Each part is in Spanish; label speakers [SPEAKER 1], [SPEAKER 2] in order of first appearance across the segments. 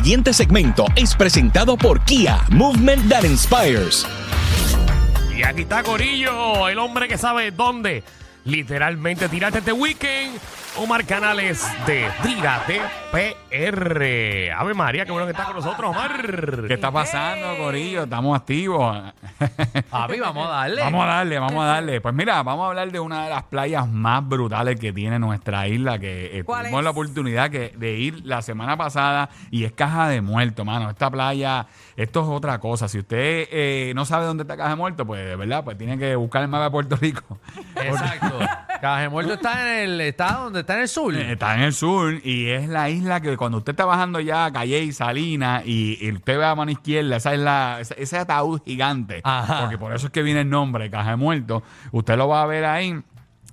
[SPEAKER 1] siguiente segmento es presentado por Kia, Movement That Inspires.
[SPEAKER 2] Y aquí está Corillo, el hombre que sabe dónde. Literalmente tirarte este weekend. Omar Canales de Tírate PR. Ave María, qué bueno que está con nosotros,
[SPEAKER 3] ¿Qué
[SPEAKER 2] Omar.
[SPEAKER 3] está pasando, Corillo? Estamos activos.
[SPEAKER 4] Papi, vamos a darle.
[SPEAKER 3] Vamos a darle, vamos a darle. Pues mira, vamos a hablar de una de las playas más brutales que tiene nuestra isla, que eh, tuvimos la oportunidad que- de ir la semana pasada y es Caja de Muerto, mano. Esta playa, esto es otra cosa. Si usted eh, no sabe dónde está Caja de Muerto, pues de verdad, pues tiene que buscar el mapa de Puerto Rico.
[SPEAKER 4] Exacto. Caja Muerto está en el estado donde está en el sur.
[SPEAKER 3] Eh, Está en el sur y es la isla que cuando usted está bajando ya a Calle y Salina y, y usted ve a mano izquierda, esa es la, esa- ese ataúd gigante.
[SPEAKER 4] Ajá.
[SPEAKER 3] Porque por eso es que viene el nombre, Caja de Muertos. Usted lo va a ver ahí.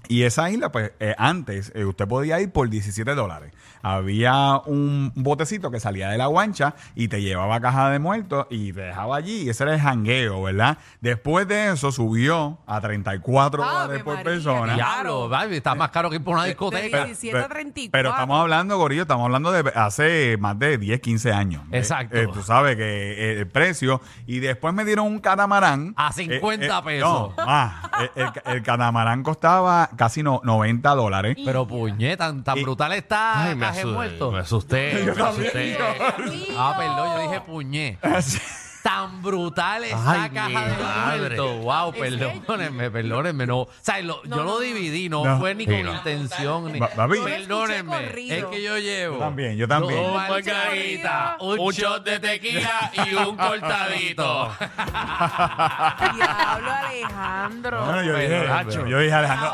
[SPEAKER 3] Y esa isla, pues eh, antes eh, usted podía ir por 17 dólares. Había un botecito que salía de la guancha y te llevaba a caja de muertos y te dejaba allí. Y ese era el jangueo, ¿verdad? Después de eso subió a 34
[SPEAKER 4] Ah,
[SPEAKER 3] dólares por persona.
[SPEAKER 4] Diablo, papi, está más caro que ir por una discoteca.
[SPEAKER 5] 17 a 34.
[SPEAKER 6] Pero estamos hablando, Gorillo, estamos hablando de hace más de 10, 15 años.
[SPEAKER 4] Exacto.
[SPEAKER 6] Eh, eh, tú sabes que eh, el precio. Y después me dieron un catamarán. eh,
[SPEAKER 4] A 50
[SPEAKER 6] no,
[SPEAKER 4] pesos.
[SPEAKER 6] más. el, el- el catamarán costaba casi no, 90 dólares.
[SPEAKER 4] Pero puñe, tan, tan brutal está
[SPEAKER 2] Ay, me
[SPEAKER 4] Caja
[SPEAKER 2] asusté.
[SPEAKER 4] Muerto.
[SPEAKER 2] Me asusté. me asusté.
[SPEAKER 4] Ah, perdón, yo dije puñe. Tan brutal está
[SPEAKER 2] Ay,
[SPEAKER 4] Caja
[SPEAKER 2] mi
[SPEAKER 4] de
[SPEAKER 2] madre.
[SPEAKER 4] Muerto. Wow, perdónenme, perdónenme. No, o sea, lo- yo lo dividí, no,
[SPEAKER 6] No.
[SPEAKER 4] fue ni
[SPEAKER 2] Sí,
[SPEAKER 4] con
[SPEAKER 2] no.
[SPEAKER 4] intención. Ni,
[SPEAKER 6] Ba- papi.
[SPEAKER 5] Yo lo escuché
[SPEAKER 4] perdónenme,
[SPEAKER 5] corrido.
[SPEAKER 4] es que yo llevo.
[SPEAKER 6] Yo también, yo también.
[SPEAKER 4] Dos
[SPEAKER 6] Un
[SPEAKER 4] margaritas,
[SPEAKER 5] corrido.
[SPEAKER 4] un shot de tequila y un cortadito.
[SPEAKER 5] Diablo, Alejandro.
[SPEAKER 6] Bueno, yo, dije,
[SPEAKER 4] Pero,
[SPEAKER 6] Nacho,
[SPEAKER 4] pero-
[SPEAKER 6] yo dije, Alejandro.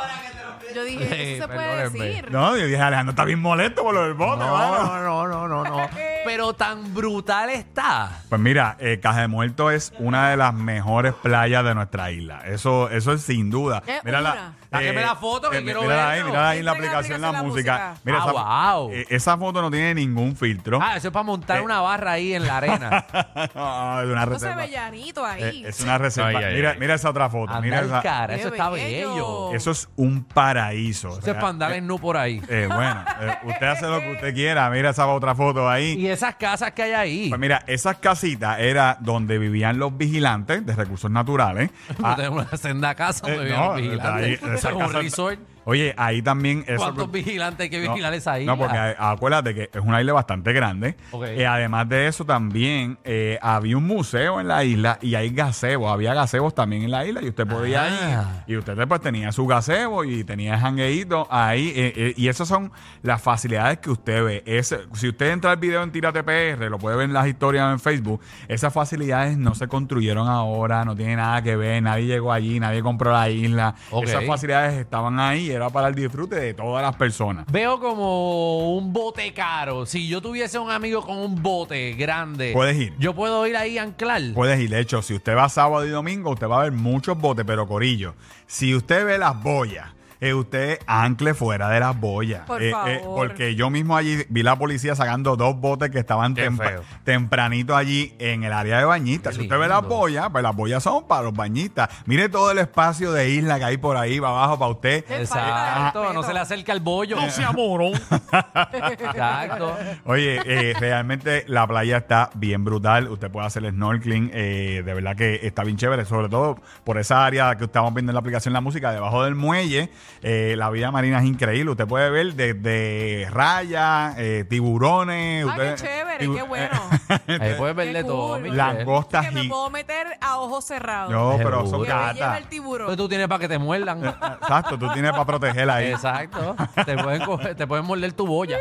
[SPEAKER 5] Yo dije,
[SPEAKER 4] Eh,
[SPEAKER 5] ¿eso se puede
[SPEAKER 4] perdónenme.
[SPEAKER 5] decir?
[SPEAKER 6] No, yo dije, Alejandro está bien molesto por lo del bote, mano.
[SPEAKER 4] No, no, no, no, no. Pero tan brutal está.
[SPEAKER 6] Pues mira, eh, Caja de Muerto es una de las mejores playas de nuestra isla. Eso, eso es sin duda.
[SPEAKER 5] Es
[SPEAKER 6] mira
[SPEAKER 5] una.
[SPEAKER 4] Sáqueme la foto que quiero
[SPEAKER 6] mira ahí,
[SPEAKER 4] verlo.
[SPEAKER 6] mira ahí en la
[SPEAKER 5] Entra en la
[SPEAKER 6] aplicación la
[SPEAKER 5] aplicación la
[SPEAKER 6] música.
[SPEAKER 5] música.
[SPEAKER 6] Mira,
[SPEAKER 4] Ah,
[SPEAKER 6] esa,
[SPEAKER 4] wow.
[SPEAKER 6] eh, esa foto no tiene ningún filtro.
[SPEAKER 4] Ah, eso es para montar
[SPEAKER 6] Eh.
[SPEAKER 4] una barra ahí en la arena.
[SPEAKER 6] Ah, es una
[SPEAKER 5] No se
[SPEAKER 6] reserva.
[SPEAKER 5] ve llanito ahí. Ah,
[SPEAKER 6] Eh, es una reserva.
[SPEAKER 2] Ay, ay,
[SPEAKER 6] mira,
[SPEAKER 2] ay.
[SPEAKER 6] mira esa otra foto. Mira
[SPEAKER 4] Andar
[SPEAKER 6] esa-
[SPEAKER 4] cara,
[SPEAKER 5] Qué
[SPEAKER 4] eso está
[SPEAKER 5] bello.
[SPEAKER 4] bello.
[SPEAKER 6] Eso es un paraíso. O
[SPEAKER 4] Eso es
[SPEAKER 6] sea,
[SPEAKER 4] para andar en nu por ahí.
[SPEAKER 6] eh, bueno, eh, usted hace lo que usted quiera. Mira esa otra foto ahí.
[SPEAKER 4] Y esas casas que hay ahí.
[SPEAKER 6] Pues mira, esas casitas era donde vivían los vigilantes de recursos naturales. Ah,
[SPEAKER 4] Tenemos una senda casa donde
[SPEAKER 6] eh,
[SPEAKER 4] viven
[SPEAKER 6] no,
[SPEAKER 4] los
[SPEAKER 6] ahí,
[SPEAKER 4] vigilantes.
[SPEAKER 6] esas
[SPEAKER 4] Es un
[SPEAKER 6] casas-
[SPEAKER 4] resort.
[SPEAKER 6] Oye, ahí también... eso-
[SPEAKER 4] ¿Cuántos vigilantes hay que
[SPEAKER 6] No,
[SPEAKER 4] vigilar esa isla?
[SPEAKER 6] No, porque eh, acuérdate que es una isla bastante grande.
[SPEAKER 4] Ok.
[SPEAKER 6] Eh, además de eso, también eh, había un museo en la isla y hay gazebos. Había gazebos también en la isla y usted podía
[SPEAKER 4] Ah.
[SPEAKER 6] ir. Y usted después tenía su gazebo y tenía jangueíto ahí. eh, eh, y esas son las facilidades que usted ve. Ese- si usted entra al video en Tira TPR, lo puede ver en las historias en Facebook. Esas facilidades no se construyeron ahora, no tiene nada que ver. Nadie llegó allí, nadie compró la isla.
[SPEAKER 4] Ok.
[SPEAKER 6] Esas facilidades estaban ahí era para el disfrute de todas las personas.
[SPEAKER 4] Veo como un bote caro. Si yo tuviese un amigo con un bote grande,
[SPEAKER 6] Puedes ir.
[SPEAKER 4] Yo puedo ir ahí a anclar.
[SPEAKER 6] Puedes ir. De hecho, si usted va sábado y domingo, usted va a ver muchos botes, pero corillo. Si usted ve las boyas, eh, usted ancle fuera de las boyas. Eh,
[SPEAKER 5] Por favor.
[SPEAKER 6] porque yo mismo allí vi la policía sacando dos botes que estaban
[SPEAKER 2] Qué
[SPEAKER 6] tempra-
[SPEAKER 2] feo.
[SPEAKER 6] tempranito allí en el área de bañistas.
[SPEAKER 4] Qué
[SPEAKER 6] Si usted ve las
[SPEAKER 4] lindo.
[SPEAKER 6] boyas, pues las boyas son para los bañistas. Mire todo el espacio de isla que hay por ahí, para abajo, para usted.
[SPEAKER 5] Qué falta de
[SPEAKER 4] Exacto,
[SPEAKER 5] respeto.
[SPEAKER 4] no se le acerca el bollo.
[SPEAKER 2] No sea morón.
[SPEAKER 4] Exacto.
[SPEAKER 6] Oye, eh, realmente la playa está bien brutal. Usted puede hacer snorkeling. eh, de verdad que está bien chévere. Sobre todo por esa área que estamos viendo en la aplicación La Música, debajo del muelle. Eh, la vida marina es increíble. Usted puede ver desde rayas, eh, tiburones.
[SPEAKER 5] Ah, qué
[SPEAKER 6] usted-
[SPEAKER 5] chévere,
[SPEAKER 6] tibu-
[SPEAKER 5] qué bueno.
[SPEAKER 4] Ahí puedes ver
[SPEAKER 5] Qué
[SPEAKER 4] de todo.
[SPEAKER 5] cool.
[SPEAKER 4] mi
[SPEAKER 6] Lango-
[SPEAKER 4] chef.
[SPEAKER 6] Langosta
[SPEAKER 5] que me
[SPEAKER 6] gi-
[SPEAKER 5] puedo meter a ojos cerrados.
[SPEAKER 6] No, pero
[SPEAKER 4] Seguro.
[SPEAKER 6] son
[SPEAKER 5] Que me lleva
[SPEAKER 6] gatas.
[SPEAKER 5] el tiburón.
[SPEAKER 4] Pues tú tienes para que te muerdan.
[SPEAKER 6] Exacto, tú tienes para protegerla ahí.
[SPEAKER 4] Exacto. te, pueden coger- te pueden morder tu boya.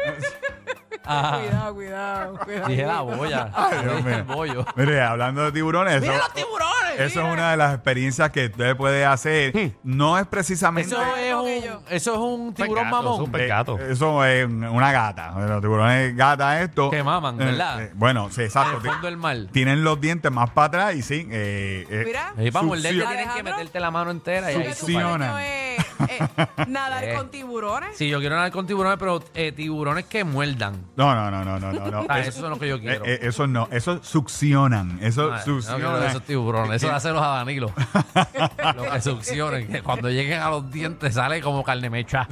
[SPEAKER 4] Ajá.
[SPEAKER 5] Cuidado, cuidado, cuidado.
[SPEAKER 4] Dije la boya.
[SPEAKER 6] Dios
[SPEAKER 4] Dije el
[SPEAKER 6] mío.
[SPEAKER 4] bollo.
[SPEAKER 6] Mire, hablando de tiburones, eso,
[SPEAKER 4] ¡Mira los tiburones!
[SPEAKER 6] eso
[SPEAKER 4] mira!
[SPEAKER 6] es una de las experiencias que usted puede hacer. No es precisamente.
[SPEAKER 4] Eso es
[SPEAKER 5] Lo que
[SPEAKER 4] un,
[SPEAKER 5] yo-
[SPEAKER 4] eso es un tiburón
[SPEAKER 2] gato,
[SPEAKER 4] mamón.
[SPEAKER 2] súper-
[SPEAKER 6] Eh,
[SPEAKER 2] gato.
[SPEAKER 6] Eso es una gata. Los tiburones gata esto.
[SPEAKER 4] Que maman,
[SPEAKER 6] Eh,
[SPEAKER 4] ¿verdad?
[SPEAKER 6] eh, bueno, sí, exacto.
[SPEAKER 4] Al fondo del mar.
[SPEAKER 6] Tienen los dientes más para atrás y sí. eh, eh,
[SPEAKER 5] Mira.
[SPEAKER 4] Y para
[SPEAKER 6] succion-
[SPEAKER 4] morderte tienes que
[SPEAKER 5] Alejandro.
[SPEAKER 4] meterte la mano entera. Y ahí
[SPEAKER 5] Su
[SPEAKER 6] Succiona.
[SPEAKER 4] chupar.
[SPEAKER 5] sueño es, eh, nadar
[SPEAKER 4] Eh.
[SPEAKER 5] con tiburones.
[SPEAKER 4] Sí, yo quiero nadar con tiburones, pero eh, tiburones que muerdan.
[SPEAKER 6] No, no, no, no, no, no. no.
[SPEAKER 4] Ah,
[SPEAKER 6] Eso-
[SPEAKER 4] eso es lo que yo quiero.
[SPEAKER 6] eh, eh, eso no, eso succionan. Eso
[SPEAKER 4] Ah, no
[SPEAKER 6] succionan.
[SPEAKER 4] quiero esos tiburones, eso dáselos a Danilo. lo que succionen, que cuando lleguen a los dientes sale como carne mecha.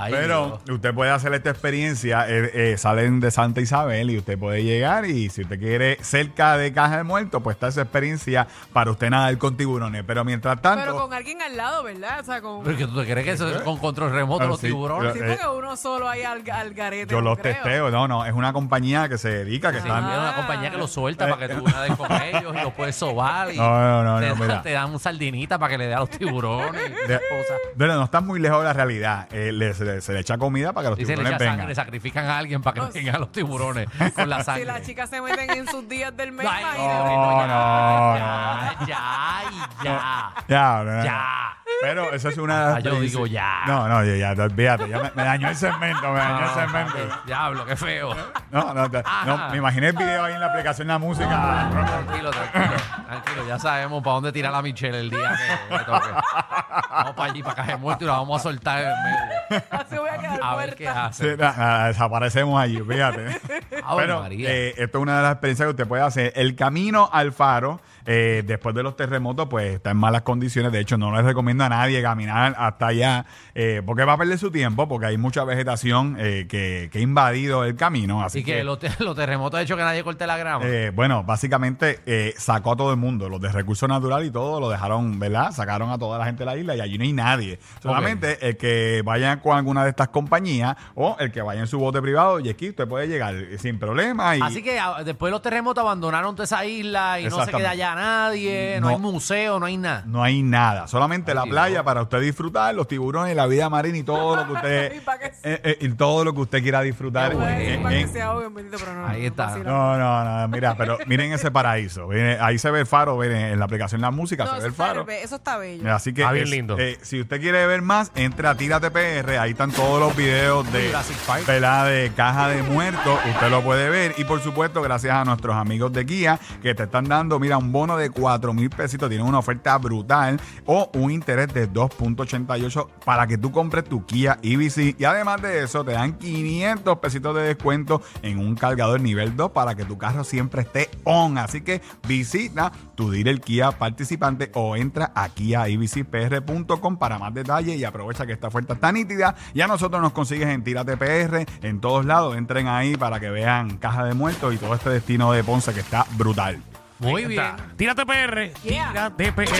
[SPEAKER 4] Ay,
[SPEAKER 6] Pero
[SPEAKER 4] Dios.
[SPEAKER 6] usted puede hacer esta experiencia, eh, eh, salen de Santa Isabel y usted puede llegar y si usted quiere cerca de Caja de Muertos, pues está esa experiencia para usted nadar con tiburones. Pero mientras tanto... Eh.
[SPEAKER 5] Pero con alguien al lado, ¿verdad? O sea, con.
[SPEAKER 4] Pero que tú te crees que eso es con control remoto
[SPEAKER 6] Ah,
[SPEAKER 4] los
[SPEAKER 6] sí,
[SPEAKER 4] tiburones.
[SPEAKER 5] sí,
[SPEAKER 6] eh,
[SPEAKER 5] porque uno solo ahí al, al garete.
[SPEAKER 6] Yo
[SPEAKER 5] no
[SPEAKER 6] los
[SPEAKER 5] creo.
[SPEAKER 6] testeo, no, no, es una compañía que se dedica, que
[SPEAKER 4] Sí,
[SPEAKER 6] están...
[SPEAKER 4] tiene una compañía que los suelta para que tú nades con ellos y los puedes sobar. Y
[SPEAKER 6] Ah. No, no, no,
[SPEAKER 4] te,
[SPEAKER 6] no, mira.
[SPEAKER 4] te dan un sardinita para que le dé a los tiburones. y
[SPEAKER 6] De-
[SPEAKER 4] cosas.
[SPEAKER 6] Pero no estás muy lejos de la realidad. Eh, le- se, le, se le echa comida para que los
[SPEAKER 4] Y se le
[SPEAKER 6] tiburones Pues.
[SPEAKER 4] echa
[SPEAKER 6] vengan.
[SPEAKER 4] sangre, sacrifican a alguien para que no vengan a los tiburones con la
[SPEAKER 5] Si
[SPEAKER 4] sangre.
[SPEAKER 5] las chicas se meten en sus días del mes,
[SPEAKER 4] Ay,
[SPEAKER 5] imagínate.
[SPEAKER 6] no, no,
[SPEAKER 4] ya, ya, ya,
[SPEAKER 6] Ya, no, no,
[SPEAKER 4] ya,
[SPEAKER 6] no.
[SPEAKER 4] ya.
[SPEAKER 6] Pero esa es una.
[SPEAKER 4] Ah, yo digo ya.
[SPEAKER 6] No, no, ya, ya, te- olvídate. Ya me, me dañó el segmento, me dañó el
[SPEAKER 4] Ah,
[SPEAKER 6] segmento.
[SPEAKER 4] papi, Diablo, qué feo.
[SPEAKER 6] No, no, te- no, me imaginé el video ahí en la aplicación de la música.
[SPEAKER 4] Tranquilo, tranquilo, tranquilo. Ya sabemos para dónde tirar la Michelle el día que le toque. Vamos para allí, para Caja de Muerto y la vamos a soltar en medio.
[SPEAKER 5] Así voy a quedar
[SPEAKER 4] A ver qué
[SPEAKER 5] muerta.
[SPEAKER 6] Sí,
[SPEAKER 4] hace.
[SPEAKER 6] na- na- desaparecemos allí, fíjate.
[SPEAKER 4] Ave
[SPEAKER 6] Pero
[SPEAKER 4] María.
[SPEAKER 6] eh, esto es una de las experiencias que usted puede hacer. El camino al faro, eh, después de los terremotos, pues está en malas condiciones. De hecho, no les recomiendo a nadie caminar hasta allá, eh, porque va a perder su tiempo, porque hay mucha vegetación eh, que, que ha invadido el camino. Así
[SPEAKER 4] Así que los, te- los terremotos han hecho que nadie corte la grama.
[SPEAKER 6] Eh, bueno, básicamente eh, sacó a todo el mundo, los de recursos naturales y todo, lo dejaron, ¿verdad? Sacaron a toda la gente de la isla y allí no hay nadie. Solamente el que vaya con alguna de estas compañías o el que vaya en su bote privado y aquí usted puede llegar eh, sin problema. Y
[SPEAKER 4] Así que ah, después de los terremotos abandonaron toda esa isla y no se
[SPEAKER 6] Exactamente.
[SPEAKER 4] queda allá nadie, no,
[SPEAKER 6] No.
[SPEAKER 4] hay museo, no hay nada.
[SPEAKER 6] no hay nada, solamente la
[SPEAKER 4] Ay,
[SPEAKER 6] playa
[SPEAKER 4] Dios.
[SPEAKER 6] para usted disfrutar, los tiburones, la vida marina y todo lo que usted
[SPEAKER 5] Y pa' que-
[SPEAKER 6] eh, eh, y todo lo que usted quiera disfrutar.
[SPEAKER 5] Voy a
[SPEAKER 6] en-
[SPEAKER 5] decir para
[SPEAKER 6] en-
[SPEAKER 5] que se ahoguen, bendito, pero no.
[SPEAKER 4] Ahí
[SPEAKER 5] no,
[SPEAKER 4] está.
[SPEAKER 5] vacila.
[SPEAKER 6] no, no, no, mira, pero miren ese paraíso. miren, ahí se ve el faro, ven, en la aplicación la música,
[SPEAKER 5] No,
[SPEAKER 6] se ve
[SPEAKER 5] eso,
[SPEAKER 6] el
[SPEAKER 5] está,
[SPEAKER 6] faro.
[SPEAKER 5] be- eso está bello.
[SPEAKER 6] Así que
[SPEAKER 2] Ah, bien
[SPEAKER 6] es-
[SPEAKER 2] lindo.
[SPEAKER 6] eh, si usted quiere ver más, entra a Tírate PR. Ahí están todos los videos de ¿verdad? de Caja de Muertos. Usted lo puede ver. Y por supuesto, gracias a nuestros amigos de Guía que te están dando, mira, un bono de 4 mil pesitos. Tienen una oferta brutal o un interés de 2.88 para que tú compres tu Kia EV Y además de eso, te dan 500 pesitos de descuento en un cargador nivel 2 para que tu carro siempre esté on. Así que visita tu dealer Kia participante o entra aquí a ibcpr.com para más detalles y aprovecha que esta oferta está nítida. Y a nosotros nos consigues en Tírate PR, en todos lados. Entren ahí para que vean Caja de Muertos y todo este destino de Ponce que está brutal.
[SPEAKER 4] Muy
[SPEAKER 2] Ahí
[SPEAKER 4] bien.
[SPEAKER 2] está. Tírate PR.
[SPEAKER 5] Yeah.
[SPEAKER 2] Tírate PR.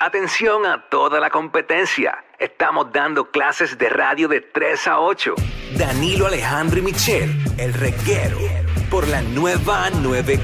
[SPEAKER 7] Atención a toda la competencia. Estamos dando clases de radio de 3 a 8. Danilo Alejandro y Michel, el reguero, por la nueva 9.